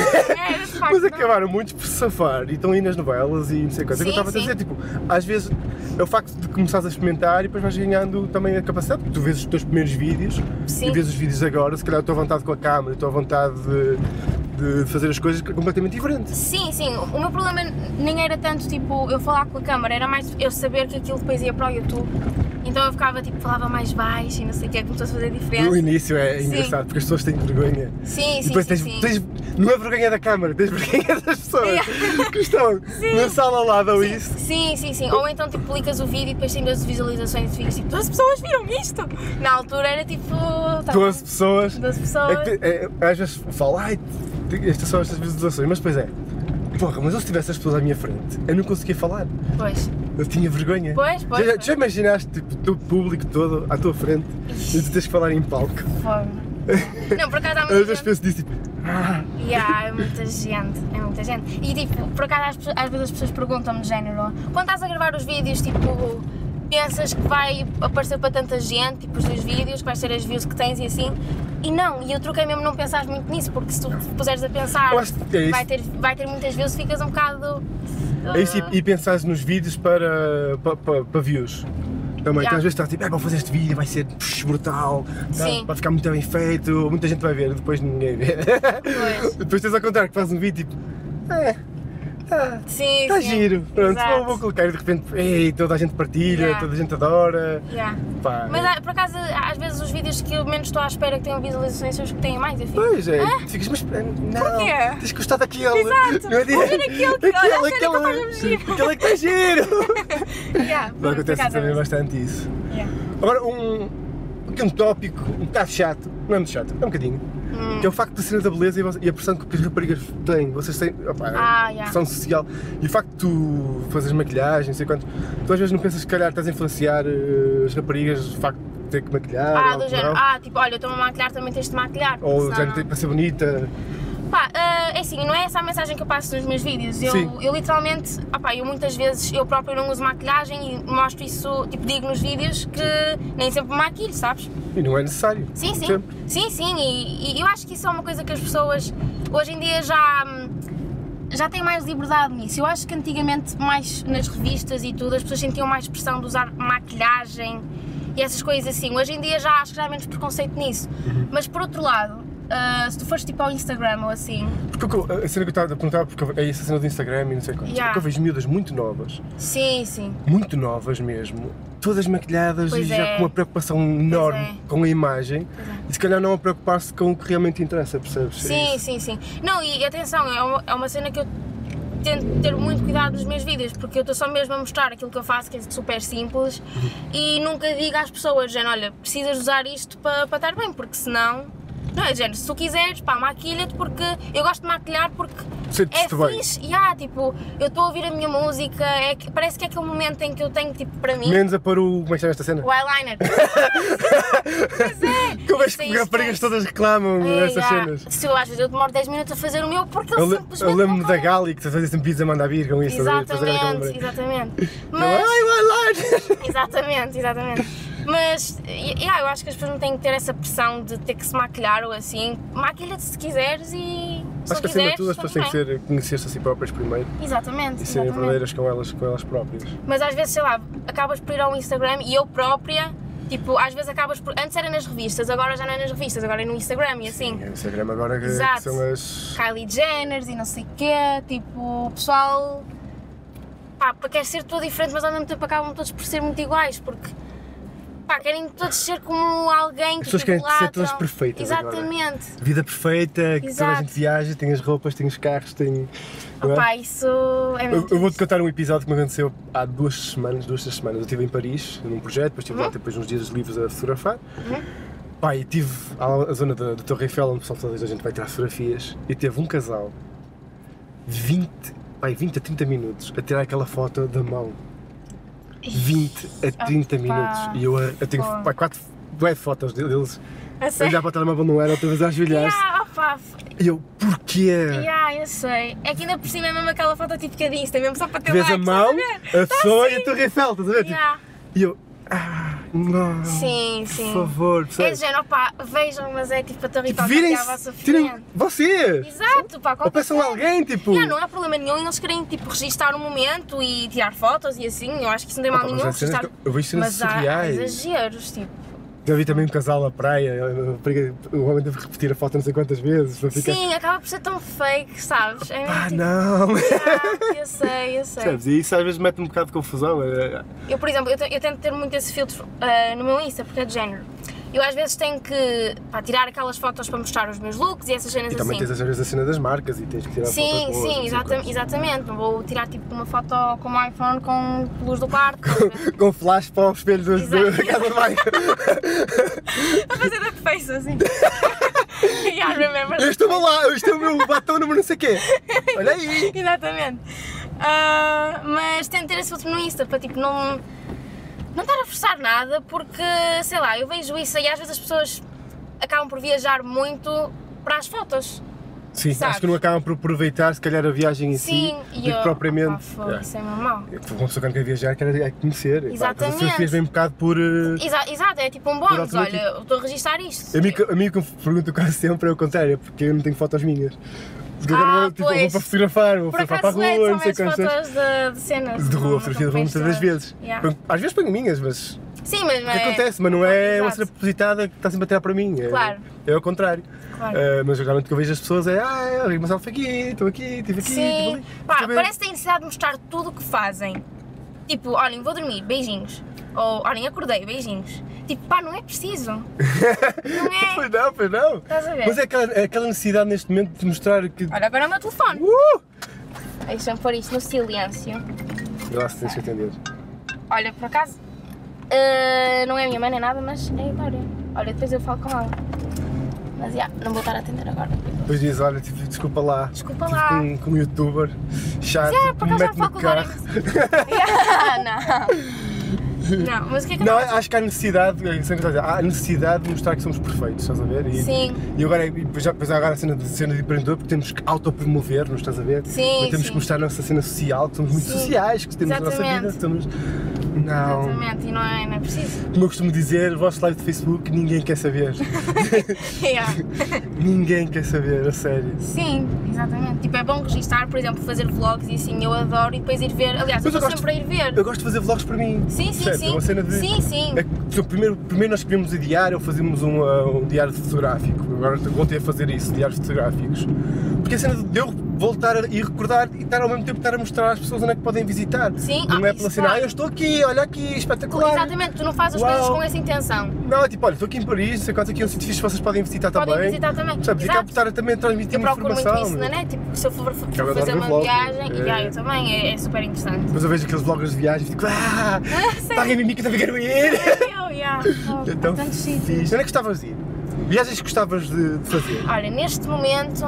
B: É, de facto,
A: Mas
B: não.
A: acabaram muitos por se safar e estão aí nas novelas e não sei quantas. É o que eu estava
B: Sim,
A: a dizer,
B: sim.
A: tipo, às vezes é o facto de começares a experimentar e depois vais ganhando também a capacidade. porque Tu vês os teus primeiros vídeos
B: Sim.
A: e vês os vídeos agora, se calhar a tua vontade com a câmera, a tua vontade de, de fazer as coisas é completamente diferente.
B: Sim, sim. O meu problema nem era tanto tipo eu falar com a câmara, era mais eu saber que aquilo depois ia para o YouTube. Então eu ficava tipo, falava mais baixo e não sei o que, começou a fazer diferença.
A: No início é
B: Sim.
A: engraçado porque as pessoas têm vergonha.
B: Sim,
A: e
B: sim,
A: depois
B: sim.
A: tens,
B: sim.
A: tens- Não é vergonha da câmara, tens vergonha das pessoas que estão na sala ao lado ou isso.
B: Sim, sim, sim. Ou então tipo, publicas o vídeo e depois tem 12 visualizações e ficas tipo, 12 pessoas viram isto? Na altura era tipo. tá,
A: 12 pessoas.
B: 12 pessoas.
A: É que, é, às vezes falo, ai, estas são estas visualizações, mas depois é, porra, mas eu se tivesse as pessoas à minha frente, eu não conseguia falar,
B: Pois.
A: eu tinha vergonha.
B: Pois, pois,
A: Já,
B: pois.
A: já imaginaste, tipo, o teu público todo à tua frente e tu tens que falar em palco?
B: Foi. Não, por acaso há muita
A: Às vezes
B: gente.
A: penso nisso, tipo, ah,
B: E há, é muita gente, é muita gente. E tipo, por acaso às, pe- às vezes as pessoas perguntam-me de género, quando estás a gravar os vídeos, tipo, pensas que vai aparecer para tanta gente, tipo, os teus vídeos, quais ser as views que tens e assim. E não, e o truque é mesmo não pensar muito nisso, porque se tu te puseres a pensar,
A: Eu acho que é isso.
B: vai, ter, vai ter muitas views, ficas um bocado.
A: é isso,
B: Ah.
A: e, e pensares nos vídeos para, para, para, para views. Também,
B: Já.
A: que às vezes estás tipo, é, vou fazer este vídeo, vai ser psh, brutal, tá?
B: Sim.
A: vai ficar muito bem feito, muita gente vai ver, depois ninguém vê.
B: Pois.
A: depois tens ao contrário, que fazes um vídeo tipo, é, tá,
B: Sim,
A: Está
B: sim. é.
A: giro, pronto,
B: Exato.
A: vou, vou colocar e de repente, ei, toda a gente partilha,
B: Yeah.
A: toda a gente adora,
B: Yeah.
A: pá.
B: Mas há- por acaso, às vezes os vídeos que eu menos estou à espera que tenham visualizações são os que têm mais, eu fico.
A: Pois é, tu ficas, mas eh, não,
B: Porquê?
A: tens gostado daquele.
B: Exato,
A: não é
B: ouvir aquele que- olha,
A: aquele,
B: olha,
A: aquele,
B: como faz-me giro.
A: aquele é que está giro.
B: Yeah, por- por
A: Acontece
B: acaso,
A: também
B: é isso.
A: bastante isso.
B: Yeah.
A: Agora, um, aqui um tópico um bocado chato, não é muito chato, é um bocadinho,
B: Hum.
A: que é o facto de cena da beleza e vo- e a pressão que as raparigas têm, vocês têm, opá,
B: Ah, yeah.
A: pressão social, e o facto de tu fazeres maquilhagem, não sei quanto, tu às vezes não pensas que se calhar estás a influenciar eh, as raparigas, o facto ter que maquilhar?
B: Ah,
A: ou
B: do
A: não?
B: género. Ah, tipo, olha, eu estou-me a maquilhar, também tens de maquilhar. porque
A: Ou do
B: senão
A: género, tipo-
B: não.
A: para ser bonita?
B: Pá, ah, é assim, não é essa a mensagem que eu passo nos meus vídeos.
A: Sim.
B: Eu, eu literalmente, ah pá, eu muitas vezes eu própria não uso maquilhagem e mostro isso, tipo, digo nos vídeos que nem sempre me maquilho, sabes?
A: E não é necessário.
B: Sim, sim.
A: Sempre.
B: Sim, sim. E, e eu acho que isso é uma coisa que as pessoas hoje em dia já. hum, Já têm mais liberdade nisso. Eu acho que antigamente, mais nas revistas e tudo, as pessoas sentiam mais pressão de usar maquilhagem e essas coisas assim. Hoje em dia já acho que já há menos preconceito nisso. Mas por outro lado, ah, se tu fores tipo ao Instagram ou assim,
A: Porque o que eu- a cena que eu estava a perguntar, porque é essa cena do Instagram e não sei quantos,
B: Yeah.
A: porque eu vejo miúdas muito novas,
B: sim, sim.
A: muito novas mesmo, todas maquilhadas
B: Pois
A: e já
B: é.
A: com uma preocupação enorme
B: é.
A: com a imagem
B: Pois é.
A: e se calhar não a preocupar-se com o que realmente interessa, percebes? É
B: Sim,
A: isso.
B: sim, sim. Não, e atenção, é uma, é uma cena que eu tento ter muito cuidado nos meus vídeos, porque eu estou só mesmo a mostrar aquilo que eu faço, que é super simples,
A: Uhum.
B: e nunca digo às pessoas, género, olha, precisas usar isto para estar bem, porque senão. Não, é género, se tu quiseres, pá, maquilha-te, porque eu gosto de maquilhar porque é
A: Sentes-te bem.
B: fixe, e há, tipo, eu estou a ouvir a minha música, é que- parece que é aquele momento em que eu tenho, tipo, para mim,
A: Menos a pôr o. Como é que chama esta cena?
B: o eyeliner.
A: Que eu vejo
B: Isso aí
A: que raparigas
B: esquece.
A: todas reclamam
B: Ei,
A: essas
B: ah,
A: cenas.
B: Se eu às vezes eu demoro 10 minutos a fazer o meu porque ele
A: Eu, le-
B: simplesmente.
A: eu lembro-me
B: não
A: da
B: consegue.
A: Gali que fazia sempre pizza manda vir com isso. estás a ver? Estás a ver aquela
B: Exatamente,
A: lembrança? Ela,
B: exatamente. Mas,
A: Ai, vai lá!
B: exatamente, exatamente. Mas, e- e, ah, eu acho que as pessoas não têm que ter essa pressão de ter que se maquilhar ou assim. Maquilha-te se quiseres
A: Acho
B: e. Se não
A: que acima de
B: quiseres,
A: tudo as pessoas têm que é
B: também.
A: ser- conhecer-se a si próprias primeiro
B: Exatamente,
A: e serem
B: exatamente.
A: verdadeiras com elas, com elas próprias.
B: Mas às vezes, sei lá, acabas por ir ao Instagram e eu própria. Tipo, às vezes acabas por. Antes era nas revistas, agora já não é nas revistas, agora é no Instagram e assim.
A: O Instagram agora que,
B: Exato.
A: que são as.
B: Kylie Jenner e não sei o quê, tipo, o pessoal pá, quer ser tudo diferente, mas ao mesmo tempo acabam todos por ser muito iguais, porque pá, querem todos ser como alguém que
A: As pessoas querem ser
B: idolatram.
A: todas perfeitas
B: Exatamente.
A: Vida perfeita, que toda a
B: Exato.
A: gente viaja, tem as roupas, tem os carros, tem. não é?
B: Pá, isso é
A: Eu,
B: muito
A: eu vou-te contar um episódio que me aconteceu há duas semanas, duas, três semanas. Eu estive em Paris, num projeto, depois
B: Uhum.
A: estive lá depois uns dias livres a fotografar. Pá, e tive a, a zona da, da Torre Eiffel, onde o pessoal toda a gente vai tirar fotografias, e teve um casal, 20, pá, 20 a 30 minutos, a tirar aquela foto da mão. 20 a 30
B: Opa.
A: minutos. E eu, eh, eu tenho
B: Fogo.
A: pá, quatro bué de fotos deles,
B: A
A: a
B: sério?
A: olhar para o telemóvel não era, outra vez a ajoelhar-se.
B: Yeah, opa,
A: E eu, porquê?
B: yeah, eu sei. É que ainda por cima é mesmo aquela foto típica de Insta, é mesmo só para ter
A: Vês a
B: likes,
A: mão,
B: estás a ver?
A: a pessoa
B: assim.
A: e a Torre Eiffel, estás a ver? Tipo,
B: Yeah.
A: E eu, ah, não.
B: Sim, sim.
A: Por favor,
B: É de
A: percebes?
B: género, pá, vejam, mas é tipo a Torre Eiffel que acaba a
A: Virem-se, tirem
B: sofrimento.
A: vocês!
B: Exato, pá,
A: Ou
B: qualquer
A: peçam a alguém, tipo.
B: Yeah, não há problema nenhum, eles querem tipo registar o momento e tirar fotos e assim, eu acho que isso não tem mal
A: Opa, mas
B: nenhum
A: há cenas
B: registar.
A: que eu- eu vejo cenas
B: mas há
A: surreais.
B: exageros, tipo.
A: Já vi também um casal à praia, a rapariga- o homem teve que repetir a foto não sei quantas vezes para ficar.
B: Sim, acaba por ser tão fake, sabes? É mesmo
A: Ah,
B: tipo,
A: não!
B: ah, eu sei, eu sei.
A: Percebes? E isso às vezes mete um bocado de confusão. é-
B: Eu, por exemplo, eu, te- eu tento ter muito esse filtro ah, no meu Insta, porque é de género. Eu às vezes tenho que pá, tirar aquelas fotos para mostrar os meus looks e essas cenas
A: E também
B: assim.
A: tens às vezes a cena das marcas e tens que tirar
B: Sim,
A: fotos boas.
B: sim,
A: não sei
B: exata-
A: quantas.
B: exatamente. Não vou tirar tipo uma foto com um iPhone com luz do quarto. estás a ver?
A: Com flash para o espelho do- do-
B: Exato.
A: da casa de banho.
B: a fazer da face assim. yeah, I remember.
A: Eu estou lá, este é o meu batom número não sei quê. Olha aí!
B: Exatamente. Ah, mas tento ter esse filtro no Insta para tipo não. Não estar a forçar nada porque, sei lá, eu vejo isso e às vezes as pessoas acabam por viajar muito para as fotos.
A: Sim,
B: Sabes?
A: acho que não acabam por aproveitar, se calhar, a viagem em
B: Sim,
A: si,
B: e
A: do
B: eu.
A: que
B: Ah,
A: propriamente.
B: fogo, Isso é mesmo mau.
A: É. Uma pessoa que não quer viajar quer é conhecer. E pá,
B: Exatamente.
A: As fotografias vêm um bocado por. eh,
B: Exa- Exato, é tipo um bónus, olha,
A: automático.
B: eu estou a registrar isto.
A: A mim, que- a mim que me pergunto quase sempre é o contrário, é porque eu não tenho fotos minhas. Porque
B: Ah,
A: agora vou, tipo,
B: pois.
A: vou para fotografar, vou
B: Por
A: fotografar para a
B: acaso é,
A: rua,
B: são
A: não sei
B: menos
A: quantas.
B: fotos de, de cenas.
A: De
B: não-
A: rua, fotografias vão
B: não
A: muitas das
B: tens
A: vezes.
B: todas. Yeah.
A: Ponho- Às vezes ponho minhas, mas
B: Sim, mas não
A: O que
B: é-
A: acontece, mas não é uma
B: Exato.
A: cena propositada que está sempre a tirar para mim. É,
B: Claro.
A: É ao contrário.
B: Claro.
A: Eh, mas geralmente o que eu vejo as pessoas é, ah, eu ri, mas ela foi aqui, estou aqui, estive aqui, estive
B: Sim,
A: ali.
B: pá,
A: Também-
B: parece que têm necessidade de mostrar tudo o que fazem. Tipo, olhem, vou dormir, beijinhos. Ou, olhem, acordei, beijinhos. Tipo, pá, não é preciso. Não é?
A: Pois não, pois não.
B: Estás a ver?
A: Mas é aquela, é aquela necessidade neste momento de mostrar que.
B: Olha, agora é o meu telefone.
A: Uh!
B: Deixa-me pôr isto no silêncio.
A: Vê lá se tens que atender.
B: Olha, por acaso, ah, não é a minha mãe nem nada, mas é a Glória. Olha, depois eu falo com ela. Mas, já, não vou estar a atender agora.
A: Depois diz, olha, tipo, desculpa lá.
B: Desculpa
A: Tive
B: lá.
A: Com, com um youtuber chato,
B: Mas é, por
A: que me
B: acaso já
A: mete
B: falo
A: no
B: com a Glória.
A: carro.
B: Ah, não. Não, mas o que é que
A: Não,
B: acontece?
A: acho que há necessidade, é isso que eu estou a dizer, há necessidade de mostrar que somos perfeitos, estás a ver? E,
B: Sim.
A: E agora, e depois já- depois há agora a cena de, cena de empreendedor, porque temos que autopromover-nos, estás a ver?
B: Sim,
A: Mas temos
B: sim.
A: que mostrar a nossa cena social, que somos muito
B: Sim.
A: sociais, que temos a nossa vida,
B: Exatamente.
A: que somos. Não.
B: Exatamente, e não é, não é preciso.
A: Como eu costumo dizer, o vosso live de Facebook ninguém quer saber.
B: Yeah.
A: ninguém quer saber, a sério.
B: Sim, exatamente. Tipo, é bom registar, por exemplo, fazer vlogs e assim, eu adoro e depois ir ver. Aliás,
A: Mas
B: eu
A: eu
B: estou
A: gosto-
B: sempre a ir ver.
A: Eu gosto de fazer vlogs para mim.
B: Sim, sim,
A: percebes? É
B: sim.
A: Uma cena de...
B: Sim, sim.
A: É que, por exemplo, primeiro, primeiro nós escrevemos o diário ou fazemos um, ah, um diário fotográfico. Agora voltei a fazer isso, diários fotográficos. Porque a cena de eu voltar a- e recordar e estar ao mesmo tempo estar a mostrar às pessoas onde é que podem visitar.
B: Sim,
A: Não
B: ah,
A: é pela
B: isso
A: cena,
B: claro.
A: ah, eu estou aqui, olha aqui, espetacular.
B: Exatamente, tu não fazes as
A: Uau.
B: coisas com essa intenção.
A: Não, é tipo, olha, estou aqui em Paris, sei quase aqui é um sítio fixe que vocês podem visitar
B: Podem
A: também.
B: visitar também.
A: Sabe, e
B: Exato.
A: acabo de estar a também transmitir
B: Eu procuro
A: informação.
B: muito isso na net, tipo, se eu for, for
A: adoro
B: fazer
A: ver
B: uma
A: vlog.
B: viagem, e
A: É.
B: ah, eu também, é, é super interessante.
A: Depois eu vejo aqueles vloggers de viagem e fico, ah,
B: sério?
A: paguem-me a mim que eu também quero ir.
B: Eu, yeah. Oh,
A: Então,
B: tantos
A: fixe.
B: sítios.
A: Onde é que gostavas de ir? Viagens que gostavas de, de fazer?
B: Olha, neste momento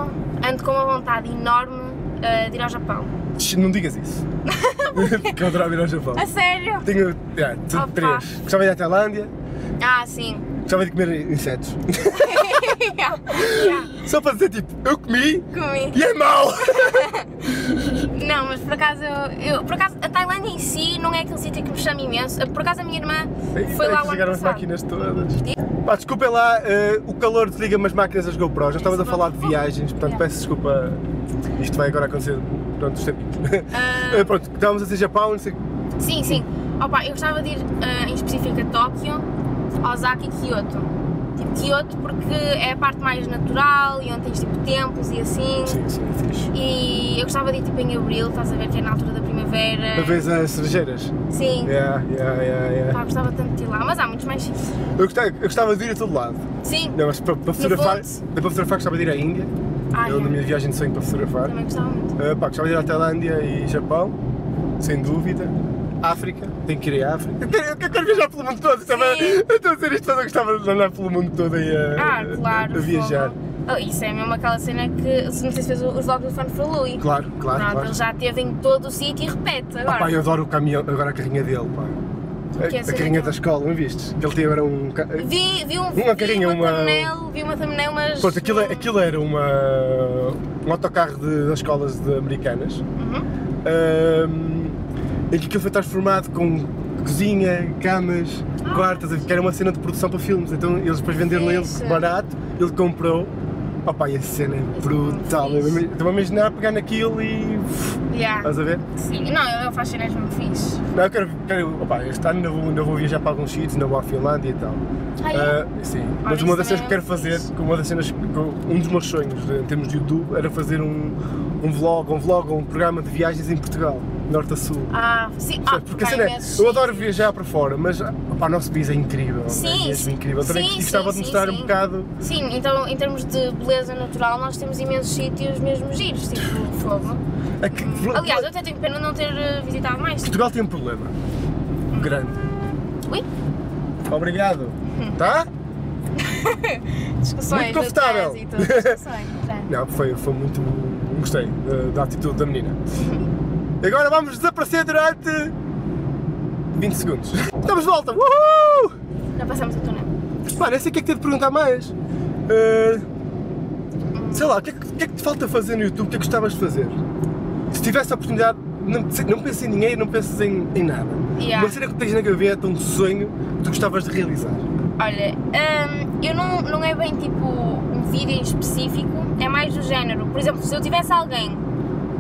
B: ando com uma vontade enorme eh, de ir ao Japão.
A: Tch, Não digas isso. Porque eu adorava ir ao Japão.
B: A sério?
A: Tenho é, t-
B: Assim? Opa.
A: três. Gostava de ir à Tailândia,
B: Ah, sim.
A: gostava de comer insetos.
B: yeah. Yeah.
A: Só para dizer tipo, eu comi
B: Comi.
A: e é mau!
B: Não, mas por acaso, eu, eu- por acaso a Tailândia em si não é aquele sítio que me chama imenso. Por acaso a minha irmã foi
A: Espera
B: lá
A: então é que
B: o ano
A: chegaram as
B: passado.
A: máquinas todas. Pá, desculpem lá, eh, o calor desliga-me as máquinas das GoPros. Já estavas a falar de viagens, portanto
B: Yeah.
A: peço desculpa. Isto vai agora acontecer durante os tempinhos.
B: Ah.
A: Eh, Pronto, estávamos a dizer Japão, não sei.
B: Sim, sim. Opa, eu gostava de ir ah, em específico a Tóquio, Osaka e Kyoto. Tipo, Kyoto porque é a parte mais natural e onde tens tipo templos e assim.
A: Sim, sim, fixe.
B: E eu gostava de ir tipo em Abril, estás a ver que é na altura da primavera.
A: Para ver as cerejeiras.
B: Sim.
A: Yeah, yeah, yeah, yeah.
B: Pá, gostava tanto de ir lá, mas há muitos mais sítios.
A: Eu, gostava, eu gostava de ir a todo lado.
B: Sim.
A: Não, mas para, para fotografar,
B: Fonte.
A: para fotografar gostava de ir à Índia.
B: Ah,
A: eu,
B: é.
A: na minha viagem de sonho para fotografar.
B: Também gostava muito.
A: Uh, pá, gostava de ir à Tailândia e Japão, sem dúvida. África, tenho que ir à África. Eu quero, eu quero viajar pelo mundo todo, estava,
B: Sim.
A: eu estou a dizer isto, mas eu gostava de andar pelo mundo todo e a,
B: Ah, claro.
A: a viajar.
B: fogo. Oh, isso é mesmo aquela cena que, não sei se fez o- os vlogs do Fun for Louie.
A: Claro, claro,
B: Pronto,
A: claro.
B: ele então já teve em todo o sítio e repete
A: Ah,
B: agora.
A: pá, eu adoro o caminhão, agora a carrinha dele, pá.
B: Que é
A: A, a
B: essa
A: carrinha
B: daquela?
A: da escola, não viste? Que ele tem agora um. ca-
B: Vi, vi, um,
A: Uma
B: vi
A: carrinha, uma-
B: thumbnail, vi uma thumbnail, mas...
A: Pronto, aquilo, é-
B: não-
A: aquilo era uma, um autocarro de- das escolas de americanas.
B: Uhum.
A: Ahm, em que aquilo foi transformado com cozinha, camas,
B: Ah.
A: quartos, que era uma cena de produção para filmes. Então eles depois venderam ele
B: Fixe.
A: barato, ele comprou. Opa, e a cena é
B: é
A: brutal.
B: muito fixe.
A: Estou a imaginar pegar naquilo e. uf,
B: Yeah.
A: Estás a ver?
B: Sim. Não, ele faz cenas mesmo fixe.
A: Não, eu quero. quero opa, este ano ainda vou, ainda vou viajar para alguns sítios, ainda vou à Finlândia e tal.
B: Ah, é?
A: Ah, sim.
B: Ah,
A: Mas uma
B: isso
A: das cenas que
B: também
A: quero
B: é
A: fazer,
B: fixe.
A: uma das cenas, que- um dos meus sonhos em termos de YouTube era fazer um, um vlog, um vlog, um programa de viagens em Portugal, norte a sul.
B: Ah, sim. Ah,
A: Percebes? Porque a
B: vai
A: cena é,
B: imensos
A: eu
B: sítios.
A: adoro viajar para fora, mas opá, o nosso país é incrível.
B: Sim,
A: é mesmo
B: sim.
A: incrível. Também
B: Sim,
A: gostava
B: sim,
A: de mostrar
B: sim,
A: um
B: sim.
A: bocado.
B: Sim, então em termos de beleza natural nós temos imensos sítios mesmo giros, tipo fogo.
A: a que-
B: Aliás, eu até tenho pena de não ter eh, visitado mais.
A: Portugal tem um problema. Grande.
B: Hum. Ui, Hum.
A: Obrigado. Tá?
B: discussões
A: Muito
B: do
A: confortável.
B: trânsito, discussões. tá.
A: Não, foi, foi muito. Gostei da, da atitude da menina. E agora vamos desaparecer durante 20 segundos. Estamos de volta! Uhul!
B: Já passamos o túnel.
A: Pá, nem sei o que é que te de perguntar mais. Eh, sei lá, o que, é que, o que é que te falta fazer no YouTube? O que é que gostavas de fazer? Se tivesse a oportunidade, não, sei- não penses em dinheiro, não penses em, em nada.
B: Yeah.
A: Uma cena que tens na gaveta, um sonho que tu gostavas de realizar.
B: Olha, hum, eu não, não é bem tipo um vídeo em específico, é mais do género. Por exemplo, se eu tivesse alguém,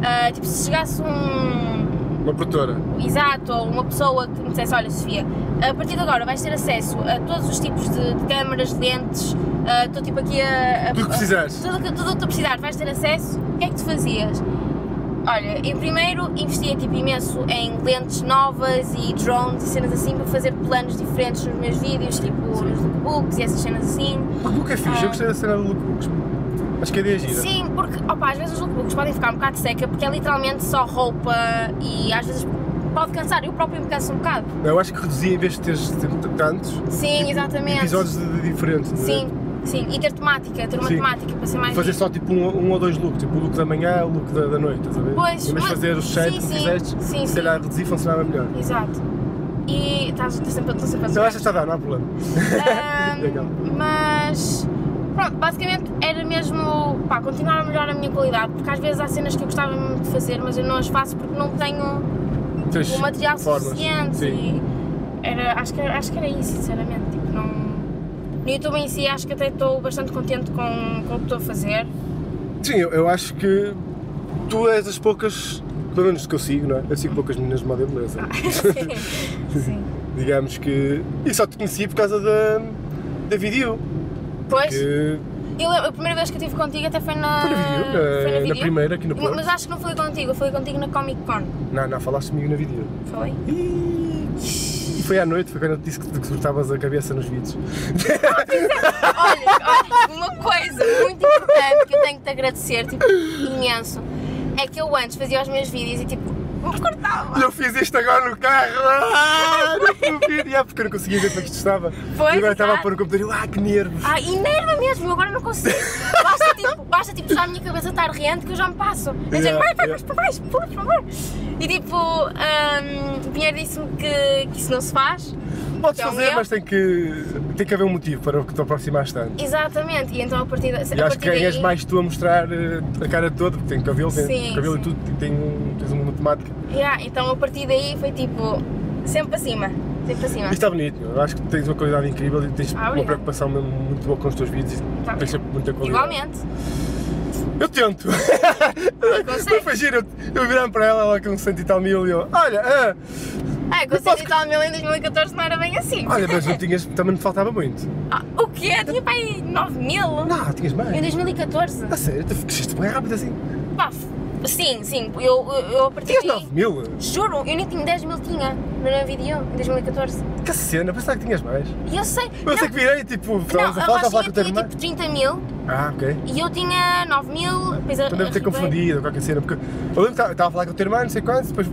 B: ah, tipo se chegasse um,
A: Uma produtora.
B: exato, ou uma pessoa que me dissesse, olha Sofia, a partir de agora vais ter acesso a todos os tipos de, de câmaras, lentes, ah, estou tipo aqui a...
A: Tudo
B: a-
A: o que
B: a-
A: precisares.
B: Tudo o que tudo o que tu precisares, vais ter acesso, o que é que tu fazias? Olha, eu primeiro investia tipo imenso em lentes novas e drones e cenas assim para fazer planos diferentes nos meus vídeos, tipo nos lookbooks e essas cenas assim.
A: O look é fixe, eu gostei da cena do lookbooks. Acho que é de gira.
B: Sim, porque opa, às vezes os lookbooks podem ficar um bocado seca porque é literalmente só roupa e às vezes pode cansar, eu próprio me canso um bocado.
A: Eu acho que reduzia em vez de teres tipo, tantos
B: Sim, exatamente.
A: episódios de, de diferentes. não é?
B: É. Sim, sim. E ter temática, ter uma
A: Sim.
B: temática para ser mais.
A: Fazer
B: rico.
A: só tipo um, um ou dois looks, tipo o look da manhã o look da, da noite, estás a ver?
B: Pois,
A: Em vez de
B: mas-
A: fazer os sete
B: sim,
A: que
B: sim.
A: fizeste,
B: Sim,
A: se
B: sim.
A: calhar reduzir funcionava melhor.
B: Exato. E estás estás sempre, estou sempre a
A: Não,
B: zoar.
A: esta está a dar, não há problema.
B: Um,
A: É
B: Ahm,
A: Legal.
B: mas pronto, basicamente era mesmo pá, continuar a melhorar a minha qualidade, porque às vezes há cenas que eu gostava mesmo de fazer, mas eu não as faço porque não tenho
A: Tens
B: o material
A: formas.
B: suficiente.
A: Sim.
B: E era, acho, que, era- acho que era isso, sinceramente. Tipo, não... No YouTube em si acho que até estou bastante contente com, com o que estou a fazer.
A: Sim, eu, eu acho que tu és das poucas, pelo menos que eu sigo, não é? Eu sigo poucas meninas de moda e beleza.
B: sim, sim.
A: Digamos que. E só te conheci por causa da. da vídeo.
B: Pois,
A: Que
B: eu lembro- a primeira vez que eu estive contigo até foi na.
A: foi na vídeo, na,
B: Ah, foi na
A: na
B: vídeo.
A: primeira aqui no
B: Mas-
A: Porto.
B: Mas acho que não falei contigo, eu falei contigo na Comic Con.
A: Não, não, falaste comigo na vídeo.
B: Falei?
A: E foi à noite, foi quando eu te disse que tu cortavas a cabeça nos vídeos.
B: Olha, olha, uma coisa muito importante que eu tenho que te agradecer, tipo, imenso, é que eu antes fazia os meus vídeos e tipo, me cortava.
A: E "Ah, eu fiz isto agora no carro! Ah, no vídeo! Ah, porque eu não conseguia ver como é que isto estava.
B: Pois,
A: e agora estava a
B: exato.
A: pôr no computador e eu, ah, que nervos!
B: Ah, e nerva mesmo, eu agora não consigo. Basta tipo, basta, tipo já a minha cabeça estar rente que eu já me passo. Eu digo,
A: Yeah,
B: vai, vai,
A: yeah.
B: vais para baixo, por favor. E tipo, hum, o Pinheiro disse-me que, que isso não se faz.
A: Podes
B: que é o
A: fazer,
B: meu.
A: mas tem que, tem que haver um motivo para o que te aproximaste tanto.
B: Exatamente, e então a partir, da, a
A: E acho
B: partir
A: que ganhas
B: daí.
A: mais tu a mostrar eh, a cara toda, porque tem cabelo, tem
B: Sim,
A: cabelo
B: sim.
A: e tudo, tem, tem um- tens uma matemática.
B: Yeah, então a partir daí foi tipo, sempre para cima, sempre para cima.
A: Isto está bonito, meu. eu acho que tens uma qualidade incrível e tens
B: Ah,
A: uma
B: obrigada.
A: preocupação mesmo muito boa com os teus vídeos e
B: Tá.
A: tens sempre muita qualidade.
B: Igualmente,
A: Eu tento! Mas
B: consegue.
A: foi giro, eu, eu virar para ela, ela com 100 e tal mil e eu, olha, ah,
B: É, com o
A: posso- Ah.
B: Centro Vital Mil em 2014 não era bem assim.
A: olha, mas não tinhas, também me faltava muito.
B: Ah, o quê? Tinha para aí 9 mil?
A: Não, tinhas
B: Em
A: mais.
B: 2014?
A: A sério, tu cresceste bem rápido assim.
B: Pá, f- sim, sim. Eu, eu, eu a partir
A: Tinhas
B: daí.
A: 9 mil?
B: Juro, eu nem tinha 10 mil, tinha no vídeo um em 2014.
A: Que cena, pensava que tinhas mais.
B: E eu sei.
A: Eu sei que
B: não,
A: virei, tipo,
B: não,
A: estávamos a
B: a
A: falar, estava a falar com
B: Rochinha
A: o teu
B: tinha
A: irmão.
B: tipo 30 mil
A: Ah, ok.
B: e eu tinha 9 mil. Depois a,
A: Então deve ter
B: a-
A: confundido ou qualquer cena, porque eu lembro que estava- estava a falar com o teu irmão, não sei quantos, depois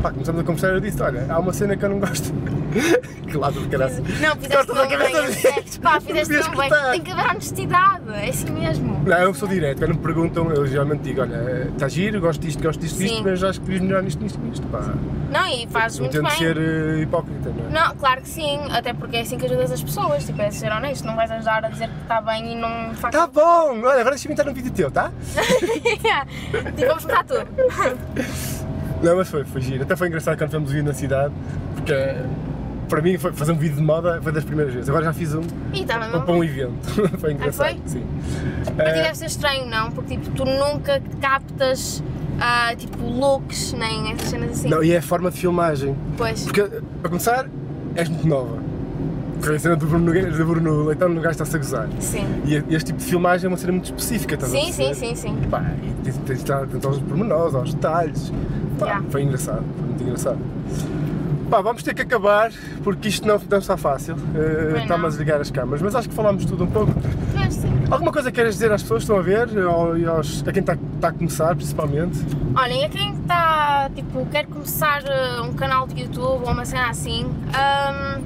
A: pá, começamos a conversar e eu disse: Olha, há uma cena que eu não gosto. que lado de caralho.
B: Não, fizeste
A: Cortas a
B: tão bem.
A: cabeça
B: eu
A: dos
B: sei.
A: outros.
B: Pá,
A: Não
B: fizeste
A: devias
B: tão bem.
A: cortar.
B: Tem que haver honestidade, é assim mesmo.
A: Não, eu sou direto, quando me perguntam, eu geralmente digo: Olha, está giro, gosto disto, gosto disto, disto,
B: Sim.
A: mas acho que devias melhorar nisto, nisto, nisto. Pá.
B: Não, e fazes
A: não
B: muito
A: tento
B: bem.
A: ser eh, hipócrita, não é?
B: Não, claro que sim, até porque é assim que ajudas as pessoas, tipo, é ser honesto, não vais ajudar a dizer que está bem e não faz.
A: Tá bom, olha, agora deixa-me entrar no vídeo teu, tá?
B: tipo, vamos mudar tudo.
A: Não, mas foi, foi giro. Até foi engraçado quando fomos vídeo na cidade, porque para mim foi, fazer um vídeo de moda foi das primeiras vezes. Agora já fiz um
B: E tá, está
A: para
B: bem,
A: para
B: bom.
A: um evento. foi engraçado.
B: Ah. foi?
A: Sim.
B: Para ti
A: Eh,
B: assim, deve ser estranho, não? Porque tipo, tu nunca captas ah, tipo looks, nem essas cenas assim.
A: Não, e é a forma de filmagem.
B: Pois.
A: Porque, a começar, és muito nova. Porque a cena do Bruno, Nogueira- do Bruno Leitão no gajo está-se a gozar.
B: Sim.
A: E este tipo de filmagem é uma cena muito específica, estás a
B: Sim,
A: perceber?
B: sim, sim, sim.
A: E pá, e tens, tens de estar atento aos pormenores, aos detalhes. Pá,
B: Yeah.
A: Foi engraçado, foi muito engraçado. Pá, vamos ter que acabar, porque isto não, não está fácil. Uh,
B: não.
A: Está-me a desligar as câmaras, mas acho que falámos tudo um pouco.
B: Mas, sim.
A: Alguma coisa queiras dizer às pessoas que estão a ver, eh, ou, e aos, a quem está, está a começar, principalmente?
B: Olhem, a quem está, tipo, quer começar eh, um canal de YouTube ou uma cena assim, ahm,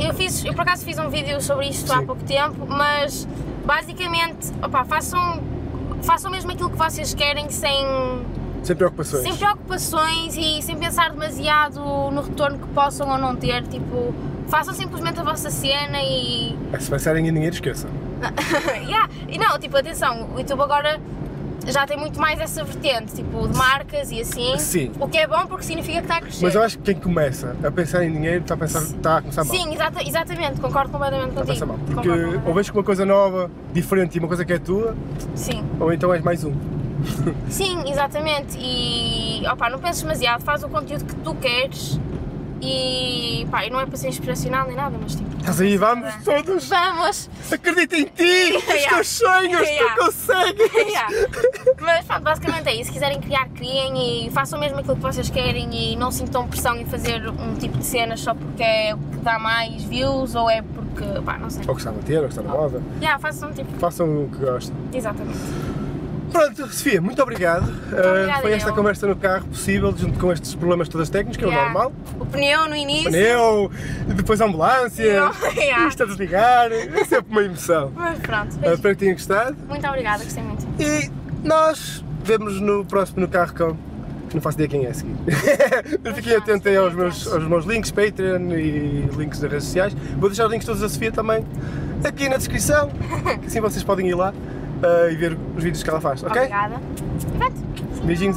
B: eu fiz, eu por acaso fiz um vídeo sobre isto há
A: Sim.
B: pouco tempo, mas basicamente, opá, façam, façam mesmo aquilo que vocês querem sem,
A: Sem preocupações.
B: sem preocupações e sem pensar demasiado no retorno que possam ou não ter, tipo, façam simplesmente a vossa cena e
A: É, Se pensarem em dinheiro, esqueçam.
B: Yeah. E não, tipo, atenção, o YouTube agora já tem muito mais essa vertente, tipo, de marcas e assim.
A: Sim.
B: O que é bom porque significa que está a crescer.
A: Mas eu acho que quem começa a pensar em dinheiro está a, pensar, está a começar mal.
B: Sim, exata- exatamente, concordo completamente
A: Está a
B: contigo.
A: pensar mal. Porque
B: Concordo completamente.
A: ou vês que uma coisa nova, diferente e uma coisa que é tua,
B: Sim.
A: ou então és mais um.
B: Sim, exatamente. E opa, não penses demasiado, faz o conteúdo que tu queres e pá, e não é para ser inspiracional nem nada, mas tipo.
A: Estás aí, vamos
B: Tá.
A: todos!
B: Vamos!
A: Acredita em ti, nos
B: Yeah.
A: teus sonhos,
B: Yeah.
A: tu consegues!
B: Yeah. Mas pronto, basicamente é isso. Se quiserem criar, criem e façam mesmo aquilo que vocês querem e não sintam pressão em fazer um tipo de cenas só porque é o que dá mais views ou é porque. pá, não sei.
A: Ou gostava de ter, ou gostava de moda,
B: Yeah, façam tipo.
A: façam o que gostam.
B: Exatamente.
A: Pronto, Sofia, muito obrigado. Ah,
B: obrigada,
A: foi esta
B: eu.
A: conversa no carro possível, junto com estes problemas todas técnicos, que é o
B: Yeah.
A: normal.
B: O pneu no início.
A: Pneu, depois a ambulância,
B: Não, yeah.
A: isto a desligar, é sempre uma emoção.
B: Mas pronto,
A: Ah,
B: beijo.
A: Espero que tenham gostado
B: Muito obrigada, gostei muito.
A: e nós vemos no próximo no carro com Não faço ideia quem é a seguir. Mas fiquem
B: já,
A: atentos aí
B: fiquem
A: aos meus,
B: atentos.
A: aos meus links, Patreon e links das redes sociais. Vou deixar os links todos da Sofia também aqui na descrição, que eh, assim vocês podem ir lá ah, e ver os vídeos que ela faz, ok?
B: Obrigada. E pronto.
A: Beijinhos e